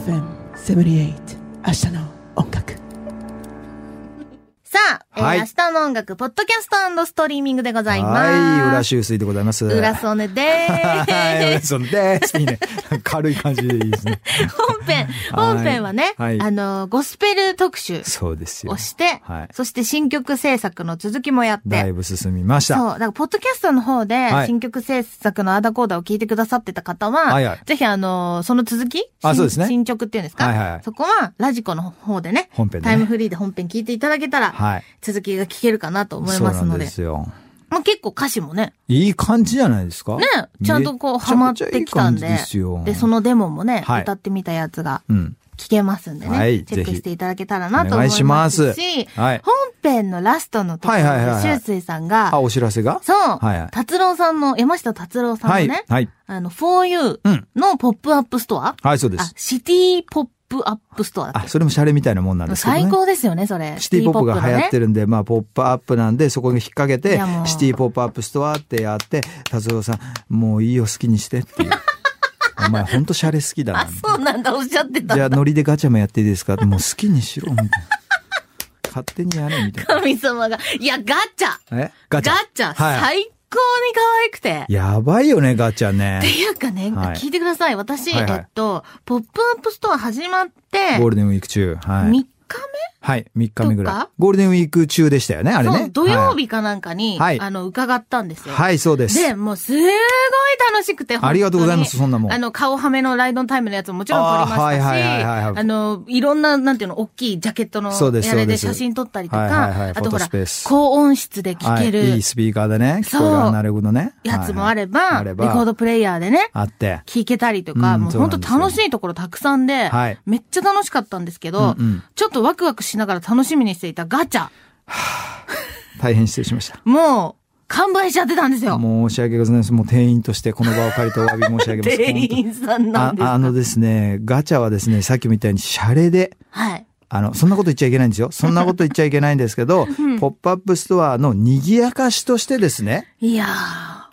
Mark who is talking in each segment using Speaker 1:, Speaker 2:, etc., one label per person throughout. Speaker 1: BayFM78 明日の音楽
Speaker 2: さあ、
Speaker 3: はい
Speaker 2: えー明日の音楽、ポッドキャストストリーミングでございます。
Speaker 3: はい、浦修水でございます。
Speaker 2: 浦曽根で
Speaker 3: はい、
Speaker 2: ー
Speaker 3: 浦
Speaker 2: す。
Speaker 3: 修です。いいね。 軽い感じでいいですね。
Speaker 2: 本編、
Speaker 3: はい
Speaker 2: 本編はね、
Speaker 3: はい
Speaker 2: あの、ゴスペル特集
Speaker 3: そうですよ
Speaker 2: を。して、
Speaker 3: はい
Speaker 2: そして新曲制作の続きもやっ
Speaker 3: だい
Speaker 2: て、
Speaker 3: ぶ進みまし
Speaker 2: そう、
Speaker 3: た。
Speaker 2: だから、ポッドキャストの方で
Speaker 3: は、い
Speaker 2: 新曲制作のアダコーダを聞いてくださってた方は、
Speaker 3: はいはい
Speaker 2: ぜひ、あの、その続き
Speaker 3: あ
Speaker 2: 新
Speaker 3: そうですね
Speaker 2: 新曲っていうんですか、
Speaker 3: はいはい
Speaker 2: そこは、ラジコの方でね、
Speaker 3: 本編でね
Speaker 2: タイムフリーで本編聞いていただけたら、
Speaker 3: はい。
Speaker 2: 続きが聞けるかなと思います
Speaker 3: そうな
Speaker 2: の
Speaker 3: ん
Speaker 2: で。
Speaker 3: ですよ。
Speaker 2: まあ、結構歌詞もね、
Speaker 3: いい感じじゃないですか
Speaker 2: ね、ちゃんとこう、ハマってきたんで。
Speaker 3: めちゃくちゃいい感じですよ。
Speaker 2: で、そ、のデモもね、
Speaker 3: はい
Speaker 2: 歌ってみたやつが
Speaker 3: うん。
Speaker 2: 聞けますんでね、
Speaker 3: はい
Speaker 2: チェッ
Speaker 3: ぜ
Speaker 2: ク
Speaker 3: ひ
Speaker 2: していただけたらなと
Speaker 3: お
Speaker 2: 思
Speaker 3: 願い
Speaker 2: い
Speaker 3: し
Speaker 2: ま
Speaker 3: ますす
Speaker 2: し、
Speaker 3: はい
Speaker 2: 本編のラストのところで、
Speaker 3: はいはいはいはい
Speaker 2: 周水さんが
Speaker 3: あ、、お知らせが
Speaker 2: そう、
Speaker 3: はいはい
Speaker 2: 達郎さんの、山下達郎さんの
Speaker 3: はい。
Speaker 2: ね、
Speaker 3: はい。
Speaker 2: あの、for you
Speaker 3: うん
Speaker 2: のポップアップストア、
Speaker 3: はい、そうで
Speaker 2: あ
Speaker 3: す、。
Speaker 2: シティポップアップストアだっ
Speaker 3: あ、
Speaker 2: け
Speaker 3: それもシャレみたいなもんなんですけどね。
Speaker 2: 最高ですよね、それ。
Speaker 3: シティポップが流行っ
Speaker 2: る。
Speaker 3: てるんで、まあ、ポップアップなんで、そこに引っ掛け
Speaker 2: い
Speaker 3: て
Speaker 2: やもう、
Speaker 3: シティポップアップストアってやって、達郎さん、もういいよ、好きにしてっ ていう。お前、ほんとシャレ好きだ
Speaker 2: あ、そうなんだ、おっしゃって
Speaker 3: な。じゃ
Speaker 2: た。
Speaker 3: あ、ノリでガチャもやっていいですかもう好きにしろ、みたいな。勝手にやれ、みたいな。
Speaker 2: 神様が。いや、ガチャ
Speaker 3: えガチャ。
Speaker 2: ガチャ、
Speaker 3: はい
Speaker 2: 最高に可愛くて。
Speaker 3: やばいよね、ガチャ
Speaker 2: って
Speaker 3: ね。
Speaker 2: いうかね、
Speaker 3: はい
Speaker 2: 聞いてください。私、
Speaker 3: はいはい
Speaker 2: えっと、ポップアップストア始まって、
Speaker 3: ゴ
Speaker 2: 3
Speaker 3: ールデンウィーク中。はい。
Speaker 2: 日
Speaker 3: はい、3日目ぐ
Speaker 2: と
Speaker 3: ら
Speaker 2: か
Speaker 3: い。ゴールデンウィーク中でしたよね、あ
Speaker 2: 目
Speaker 3: れ
Speaker 2: の、
Speaker 3: ね。
Speaker 2: 土曜
Speaker 3: はい
Speaker 2: 日かなんかに、
Speaker 3: はい
Speaker 2: あの、伺ったんですよ。
Speaker 3: はい、そうです。
Speaker 2: で、もうすごい楽しくて、本当に
Speaker 3: ありがとうございますそんなもん
Speaker 2: あの、顔はめのライドンタイムのやつももちろん撮りましたし、あ,、
Speaker 3: あーはいはいはいはいはい
Speaker 2: の、いろんな、なんていうの、大きいジャケットの
Speaker 3: そうです
Speaker 2: やれ
Speaker 3: そう
Speaker 2: で
Speaker 3: です
Speaker 2: 写真撮ったりとか、
Speaker 3: はいはいはい
Speaker 2: あとほら、
Speaker 3: フォトスペース
Speaker 2: 高音質で聴け
Speaker 3: はい、い
Speaker 2: る
Speaker 3: いスピーカーでね、聞こ
Speaker 2: そう
Speaker 3: えるアナログのね。
Speaker 2: やつもあれば、
Speaker 3: はいはいあれば
Speaker 2: レコードプレイヤーでね、
Speaker 3: あって。
Speaker 2: 聞けたりとか、
Speaker 3: うん
Speaker 2: もう
Speaker 3: そうな
Speaker 2: 本
Speaker 3: んですよ
Speaker 2: 当楽しいところたくさんで、
Speaker 3: はい
Speaker 2: めっちゃ楽しかったんですけど、
Speaker 3: うんうん
Speaker 2: ちょっとワクワクしながら楽しみにしていたガチャ、
Speaker 3: 大変失礼しました。
Speaker 2: もう完売しちゃってたんですよ。
Speaker 3: 申し訳ございません。もう店員としてこの場を借りてお詫び申し上げ ます。
Speaker 2: 店員さんなん
Speaker 3: 本
Speaker 2: で
Speaker 3: 当
Speaker 2: す
Speaker 3: ああのですね、ガチャはですね、さっきみたいにシャレで、
Speaker 2: はい。
Speaker 3: あの、そんなこと言っちゃいけないんですよ。そんなこと言っちゃいけないんですけ ど、ポップアップストアの賑やかしとしてですね、
Speaker 2: いやー。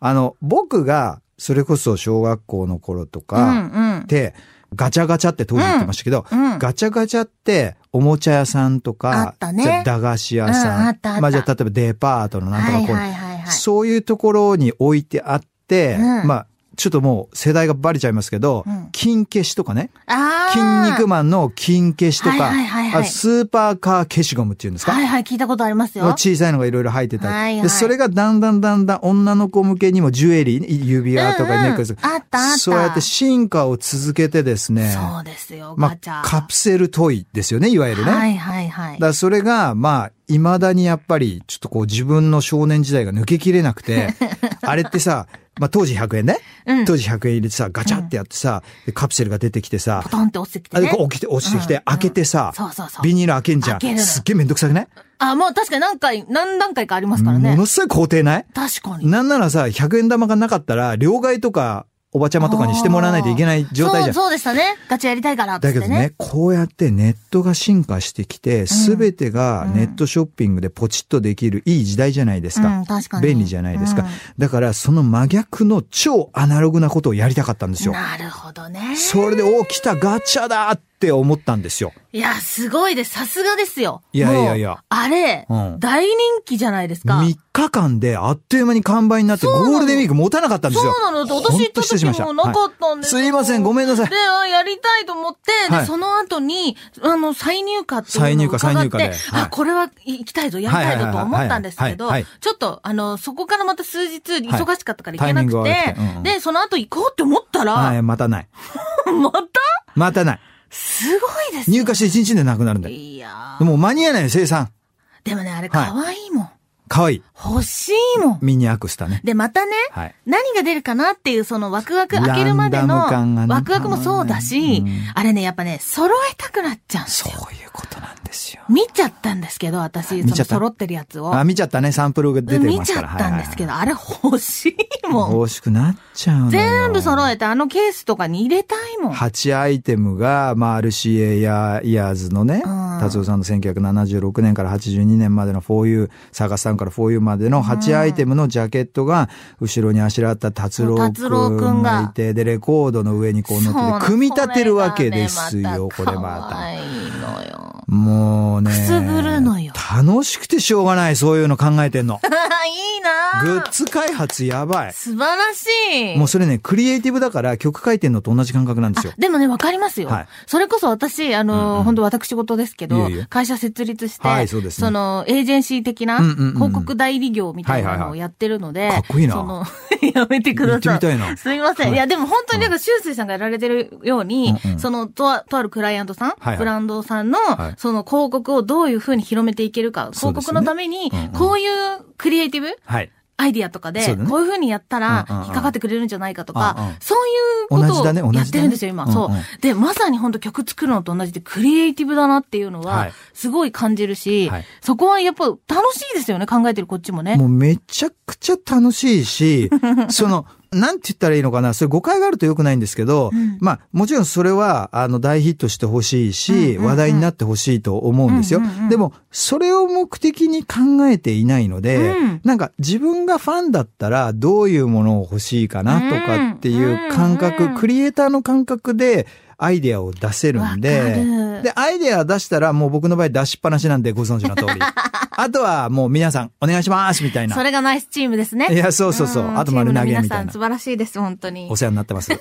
Speaker 3: あの、僕が、それこそ小学校の頃と
Speaker 2: う
Speaker 3: か、
Speaker 2: ん
Speaker 3: で、ガチャガチャって当時言ってましたけど、
Speaker 2: うん。うん。
Speaker 3: ガチャガチャって、おもちゃ屋さんとか、
Speaker 2: あったね
Speaker 3: じゃあ駄菓子屋さん、
Speaker 2: うんあったあった
Speaker 3: まあじゃあ例えばデパートのなんとか
Speaker 2: は
Speaker 3: こう
Speaker 2: いはいはいはい。
Speaker 3: そういうところに置いてあって、
Speaker 2: うん
Speaker 3: まあ、ちょっともう世代がバレちゃいますけど、
Speaker 2: うん
Speaker 3: 金消しとかね、
Speaker 2: あ
Speaker 3: 筋肉
Speaker 2: も
Speaker 3: マンの金消しとか、
Speaker 2: はいはいはいはい
Speaker 3: あスーパーカー消しゴムっていうんですか、
Speaker 2: はいはい、聞いたことありますよ。
Speaker 3: の小さいのがいろいろ入ってたり、
Speaker 2: はいはい
Speaker 3: で、それがだんだんだんだん女の子向けにもジュエリー、指輪とかネックレス、
Speaker 2: うんうんあったあった。
Speaker 3: そうやって進化を続けてですね、
Speaker 2: そうですよ、
Speaker 3: ま
Speaker 2: ガチ
Speaker 3: あ
Speaker 2: ャ。、
Speaker 3: カプセルトイですよね、いわゆるね。
Speaker 2: はいはいはい
Speaker 3: だか。らそれが、まあ、未だにやっぱり、ちょっとこう自分の少年時代が抜けきれなく て、あれってさ、まあ当時100円ね。
Speaker 2: うん
Speaker 3: 当時100円入れてさ、ガチャってやってさ、でカプセルが出てきてさ
Speaker 2: ポ、トンって落ちてき
Speaker 3: あ
Speaker 2: て
Speaker 3: れ
Speaker 2: ね。
Speaker 3: こう起きて、落ちてきて、
Speaker 2: うん
Speaker 3: 開けてさ、
Speaker 2: そうそうそう。
Speaker 3: ビニール開けんじゃ
Speaker 2: 開ける
Speaker 3: ん。
Speaker 2: の
Speaker 3: すっげえめんどくさくない、
Speaker 2: あ、もう確かに何回、何段階かありますから
Speaker 3: も
Speaker 2: ね。
Speaker 3: のすごい工程ない
Speaker 2: 確かに。
Speaker 3: なんならさ、100円玉がなかったら、両替とか、おばちゃまとかにしてもらわないといけない状態じゃん。
Speaker 2: そう、そうでしたね。ガチャやりたいからっつっ
Speaker 3: だ
Speaker 2: てね。
Speaker 3: けどね、こうやってネットが進化してきて、すべてがネットショッピングでポチッとできるいい時代じゃないです
Speaker 2: うん
Speaker 3: か。
Speaker 2: 確かに。
Speaker 3: 便利じゃないです
Speaker 2: う
Speaker 3: か
Speaker 2: ん。
Speaker 3: だから、その真逆の超アナログなことをやりたかったんですよ。
Speaker 2: なるほどね。
Speaker 3: それで、お、来たガチャだって思ったんですよ。
Speaker 2: いや、すごいです。さすがですよ。
Speaker 3: いやいやいや
Speaker 2: もうあれ、
Speaker 3: うん
Speaker 2: 大人気じゃないですか。
Speaker 3: 3日間であっという間に完売になって、
Speaker 2: そうなの
Speaker 3: ゴールデンウィーク持たなかったんです
Speaker 2: そう
Speaker 3: よ。
Speaker 2: なのって、私
Speaker 3: ほん
Speaker 2: 行った
Speaker 3: と失礼
Speaker 2: 時
Speaker 3: しました
Speaker 2: もなかったんですよ、
Speaker 3: はいすいませんごめんなさい
Speaker 2: で、あやりたいと思って、で、
Speaker 3: はい
Speaker 2: その後に、あの、再入荷っていう
Speaker 3: 再
Speaker 2: のを
Speaker 3: 入
Speaker 2: 伺
Speaker 3: 荷
Speaker 2: って、
Speaker 3: 再入荷ではい
Speaker 2: あ、これは行きたいぞ、やりたいぞと思ったんですけど
Speaker 3: はいはいはいはいはいはい、
Speaker 2: ちょっと、あの、そこからまた数日忙しかったから行けな
Speaker 3: タイミングが
Speaker 2: くて、
Speaker 3: 合わなくてうんうん
Speaker 2: で、その後行こうって思ったら、
Speaker 3: はい、またない。
Speaker 2: また
Speaker 3: またない。
Speaker 2: すごいです
Speaker 3: 入
Speaker 2: ね。
Speaker 3: 荷して1日でなくなるんだよ。
Speaker 2: いやー
Speaker 3: もう間に合わないよ、生産。
Speaker 2: でもね、あれ可愛いもん。
Speaker 3: かわいい。
Speaker 2: 欲しいもん。
Speaker 3: ミニアクスタね。
Speaker 2: で、またね、
Speaker 3: はい。
Speaker 2: 何が出るかなっていう、そのワクワク開けるまでの、
Speaker 3: ランダム感がね
Speaker 2: ワクワクもそうだし、
Speaker 3: うん
Speaker 2: あれね、やっぱね、揃えたくなっちゃうんです
Speaker 3: そ
Speaker 2: よ。
Speaker 3: ういうことなんですよ。
Speaker 2: 見ちゃったんですけど、私、
Speaker 3: 見
Speaker 2: そ
Speaker 3: ちゃ
Speaker 2: の
Speaker 3: った
Speaker 2: 揃ってるやつを。
Speaker 3: あ、見ちゃったね。サンプルが出て
Speaker 2: 見
Speaker 3: ま
Speaker 2: ち
Speaker 3: す
Speaker 2: ゃ
Speaker 3: か
Speaker 2: っ
Speaker 3: ら。
Speaker 2: たんですけど、
Speaker 3: はい
Speaker 2: あれ欲しい
Speaker 3: はいはい
Speaker 2: もん。
Speaker 3: 欲しくなっちゃうのよ。
Speaker 2: 全部揃えて、あのケースとかに入れたいもん。
Speaker 3: 8アイテムが、まあ、RCA やイヤーズのね、
Speaker 2: うんうん
Speaker 3: 達夫さんの1976年から82年までの 4U、サガさんから 4U までの8アイテムのジャケットが、後ろにあしらった達郎
Speaker 2: 達郎
Speaker 3: く
Speaker 2: く
Speaker 3: ん
Speaker 2: ん
Speaker 3: が
Speaker 2: が
Speaker 3: いて、で、レコードの上にこう
Speaker 2: そ
Speaker 3: 乗
Speaker 2: うな
Speaker 3: っ
Speaker 2: の
Speaker 3: てて、組み立てるわけですよ、こ
Speaker 2: そ
Speaker 3: れ
Speaker 2: が
Speaker 3: ま
Speaker 2: 可
Speaker 3: た。
Speaker 2: 愛いのよ。
Speaker 3: もうね。
Speaker 2: くすぐるのよ
Speaker 3: 楽しくてしょうがない、そういうの考えてんの。
Speaker 2: いいな
Speaker 3: グ
Speaker 2: ぁ
Speaker 3: ッズ開発やばい。
Speaker 2: 素晴らしい。
Speaker 3: もうそれね、クリエイティブだから曲書いてんのと同じ感覚なんですよ
Speaker 2: あ。でもね、わかりますよ。
Speaker 3: はい
Speaker 2: それこそ私、あのー、本当私事ですけど
Speaker 3: いえいえ
Speaker 2: 会社設立して、
Speaker 3: はいそうですね
Speaker 2: の、エージェンシー的な、
Speaker 3: うんうんうん
Speaker 2: 広告代理業みたいな
Speaker 3: はいはい
Speaker 2: の
Speaker 3: は
Speaker 2: を
Speaker 3: い
Speaker 2: やってるので、
Speaker 3: かっこいいな
Speaker 2: その、 やめてください。
Speaker 3: 行ってみたいな
Speaker 2: すいません。
Speaker 3: はい
Speaker 2: い、や、でも本当に、だから、修水さんがやられてるように、
Speaker 3: うんうん
Speaker 2: その、とあ、とあるクライアントさん、
Speaker 3: はいはい
Speaker 2: ブランドさんの、
Speaker 3: はい
Speaker 2: その広告をどういうふうに広めていけるか、
Speaker 3: そう
Speaker 2: 広
Speaker 3: ですね
Speaker 2: 告のために、
Speaker 3: うんうん
Speaker 2: こういうクリエイティブ、
Speaker 3: はい。
Speaker 2: アイディアとかで、
Speaker 3: そうだね
Speaker 2: こういうふうにやったら、
Speaker 3: うんうんうん
Speaker 2: 引っかかってくれるんじゃないかとか、
Speaker 3: うんうん
Speaker 2: そういうこ
Speaker 3: 同じだね
Speaker 2: と
Speaker 3: 同
Speaker 2: を
Speaker 3: じだね
Speaker 2: やってるんですよ、今。そう、
Speaker 3: うんうん
Speaker 2: で、まさに本当曲作るのと同じで、クリエイティブだなっていうの
Speaker 3: は、
Speaker 2: はいすごい感じるし、
Speaker 3: はい
Speaker 2: そこはやっぱ楽しいですよね、考えてるこっちもね。
Speaker 3: もうめちゃくちゃ楽し いし、その、なんて言ったらいいのかな、それ誤解があると良くないんですけど、
Speaker 2: うん
Speaker 3: まあ、もちろんそれは、あの、大ヒットしてほしいし、
Speaker 2: うんうんうん
Speaker 3: 話題になってほしいと思うんですよ。
Speaker 2: うんうんうん
Speaker 3: でも、それを目的に考えていないので、
Speaker 2: うん
Speaker 3: なんか自分がファンだったらどういうものを欲しいかなとかっていう感覚、
Speaker 2: うんうんうん
Speaker 3: クリエイターの感覚でアイデアを出せるんで、
Speaker 2: わかる
Speaker 3: で、アイデア出したらもう僕の場合出しっぱなしなんでご存知の通り。あとはもう皆さんお願いしますみたいな
Speaker 2: そ。れがナイスチームですね。
Speaker 3: いや、そうそうそう。
Speaker 2: ん
Speaker 3: あと丸
Speaker 2: チームの
Speaker 3: 投げみ
Speaker 2: 皆
Speaker 3: た
Speaker 2: さ
Speaker 3: い
Speaker 2: ん
Speaker 3: な
Speaker 2: 素。晴らしいです、本当に
Speaker 3: お。世話になってます。すい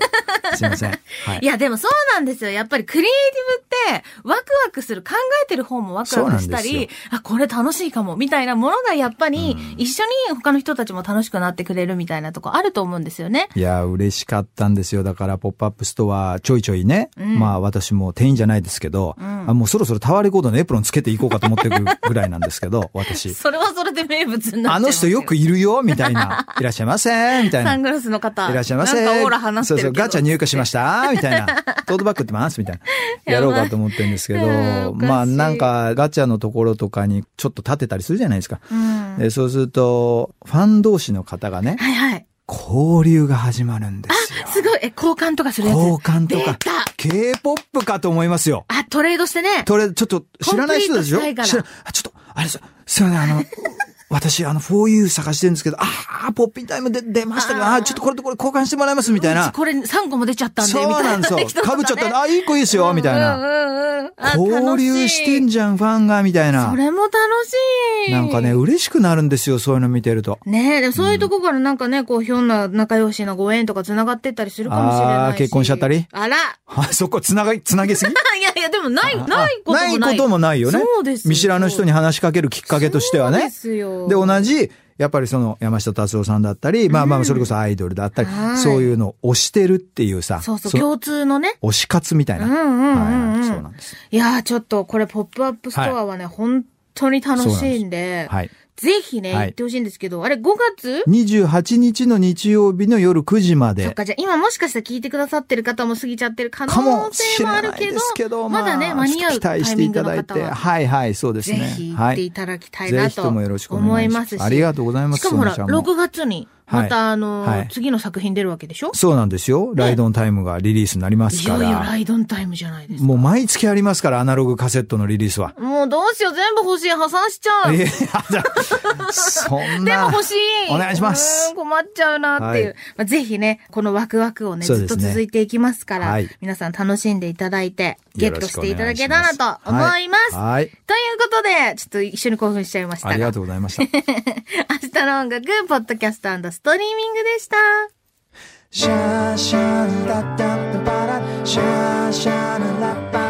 Speaker 3: ません。はい
Speaker 2: い。や、でもそうなんですよ。やっぱりクリエイティブって、ワクワクする、考えてる方もワクワクした
Speaker 3: そうなん
Speaker 2: り
Speaker 3: で、
Speaker 2: あ、これ楽しいかも、みたいなものがやっぱり
Speaker 3: うん、
Speaker 2: 一緒に他の人たちも楽しくなってくれるみたいなとこあると思うんですよね。
Speaker 3: いや、嬉しかったんですよ。だから、ポップアップストア、ちょいちょいね。
Speaker 2: うん
Speaker 3: まあ、私も店員じゃないですけど、
Speaker 2: ん
Speaker 3: あもうそろそろタワーレコードのエプロンつけていこうかと思ってるぐらいなんですけど、私。
Speaker 2: それはそれで名物になっちゃいます
Speaker 3: あの人よくいるよ、みたいな。いらっしゃいませ、みたいな。
Speaker 2: サングラスの方。
Speaker 3: いらっしゃいませ。
Speaker 2: なんかオーラ話してるけ
Speaker 3: そうそう、
Speaker 2: ど。
Speaker 3: ガチャ入荷し ましたみたいな。トートバッグ売ってますみたいな。やろうかと思ってるんですけ
Speaker 2: やばいう
Speaker 3: ど、
Speaker 2: んおかしい
Speaker 3: まあなんかガチャのところとかにちょっと立てたりするじゃないですか。
Speaker 2: うん。
Speaker 3: でそうすると、ファン同士の方がね、
Speaker 2: はいはい。
Speaker 3: 交流が始まるんです
Speaker 2: す
Speaker 3: よ。
Speaker 2: ごい、え、交換とかするやつ。
Speaker 3: 交換とか
Speaker 2: 出た、
Speaker 3: K-POP かと思いますよ。
Speaker 2: あ、トレードしてね。
Speaker 3: とりあえず、ちょっと、知らない人でしょ
Speaker 2: コンプリートしたいから
Speaker 3: 知らあ、ちょっと、あれ、すすいません、あの、 私、あの、4U 探してるんですけど、あー、ポッピンタイムで出ましたけど、あーちょっとこれとこれ交換してもらいます、みたいな。
Speaker 2: これ3個も出ちゃったんで、みたいな。
Speaker 3: そうなん ですよ。かぶっちゃったの。あ、いい子いいですよ、みたいな。
Speaker 2: うんうんうんあ
Speaker 3: 交流してんじゃん、ファンが、みたいな
Speaker 2: そ。れも楽しい。
Speaker 3: なんかね、。嬉しくなるんですよ、そういうの見てると。
Speaker 2: ねえ、でもそういうとこからなんかね、こう、ひょんな仲良しなご縁とか繋がってったりするかもしれないし。
Speaker 3: あー結婚しちゃったり
Speaker 2: あら。
Speaker 3: あ、そこ、つながり、つなげすぎ
Speaker 2: いやいや、でもない、 ないことも
Speaker 3: な
Speaker 2: ないい。
Speaker 3: こともないよね。
Speaker 2: そうですよ
Speaker 3: 見知らぬ人に話しかけるきっかけとしては
Speaker 2: そうで
Speaker 3: ね。
Speaker 2: すよ。
Speaker 3: で、同じ、やっぱりその、山下達郎さんだったり、まあまあ、それこそアイドルだったり
Speaker 2: は、い
Speaker 3: そういうのを推してるっていうさ、
Speaker 2: そうそう、
Speaker 3: その
Speaker 2: 共通のね。
Speaker 3: 推し活みたい
Speaker 2: うんう
Speaker 3: な。
Speaker 2: んうんう
Speaker 3: はい
Speaker 2: ん。
Speaker 3: そうなんです。
Speaker 2: いやー、ちょっとこれ、ポップアップストアはね、本当に楽しいんで、
Speaker 3: はい。
Speaker 2: ぜひね、
Speaker 3: はい
Speaker 2: 行ってほしいんですけど、あれ、5月
Speaker 3: 28日の日曜日の夜9時ま
Speaker 2: そっ
Speaker 3: で。
Speaker 2: か、じゃあ今もしかしたら聞いてくださってる方も過ぎちゃってる可
Speaker 3: かも
Speaker 2: 能
Speaker 3: し
Speaker 2: 性
Speaker 3: れ
Speaker 2: もあ
Speaker 3: な
Speaker 2: る
Speaker 3: い
Speaker 2: け
Speaker 3: で
Speaker 2: ど
Speaker 3: す、けど、
Speaker 2: まだね、間に合う
Speaker 3: 期
Speaker 2: タ
Speaker 3: 待し
Speaker 2: イ
Speaker 3: て
Speaker 2: ミ
Speaker 3: い
Speaker 2: ング
Speaker 3: た
Speaker 2: の
Speaker 3: だいて、
Speaker 2: 方は。
Speaker 3: はいはい、そうです
Speaker 2: ぜ
Speaker 3: ね。
Speaker 2: ひ行
Speaker 3: は
Speaker 2: っていただきたい
Speaker 3: ぜ
Speaker 2: な
Speaker 3: ひ
Speaker 2: と
Speaker 3: ともよろしくお願
Speaker 2: 思
Speaker 3: い
Speaker 2: い
Speaker 3: し
Speaker 2: ま
Speaker 3: ますす。
Speaker 2: し。
Speaker 3: ありがとうございます。
Speaker 2: しかもほら、
Speaker 3: ソニーちゃんも
Speaker 2: 6月に、
Speaker 3: はい
Speaker 2: またあのー
Speaker 3: はい
Speaker 2: 次の作品出るわけでしょ
Speaker 3: そうなんですよ。ライドオンタイムがリリースになります
Speaker 2: い
Speaker 3: か
Speaker 2: よいよ
Speaker 3: ら
Speaker 2: ラ。イドンタイムじゃないですか。
Speaker 3: もう毎月ありますから、アナログカセットのリリースは。
Speaker 2: もうどうしよう、全部欲しい、破産しちゃう。
Speaker 3: いや
Speaker 2: 全
Speaker 3: じゃあそん
Speaker 2: 部
Speaker 3: な。
Speaker 2: 欲しい。
Speaker 3: お願いします
Speaker 2: うーん困っちゃうなっていう。
Speaker 3: はい
Speaker 2: まあ、ぜひね、このワクワクをね、
Speaker 3: そう
Speaker 2: ずっ
Speaker 3: です
Speaker 2: と
Speaker 3: ね
Speaker 2: 続いていきますから、
Speaker 3: はい
Speaker 2: 皆さん楽しんでいただいて、ゲ
Speaker 3: よ
Speaker 2: ッ
Speaker 3: ろ
Speaker 2: ト
Speaker 3: しく
Speaker 2: して
Speaker 3: お願
Speaker 2: いただ
Speaker 3: し
Speaker 2: けたらと思います。
Speaker 3: はい。はい
Speaker 2: ということで、ちょっと一緒に興奮しちゃいました
Speaker 3: ありが
Speaker 2: が。
Speaker 3: とうございました。
Speaker 2: 明日の音楽、ポッドキャストストリーミングでした。
Speaker 3: シャーシャーラッタッパラシャーシャーラッパ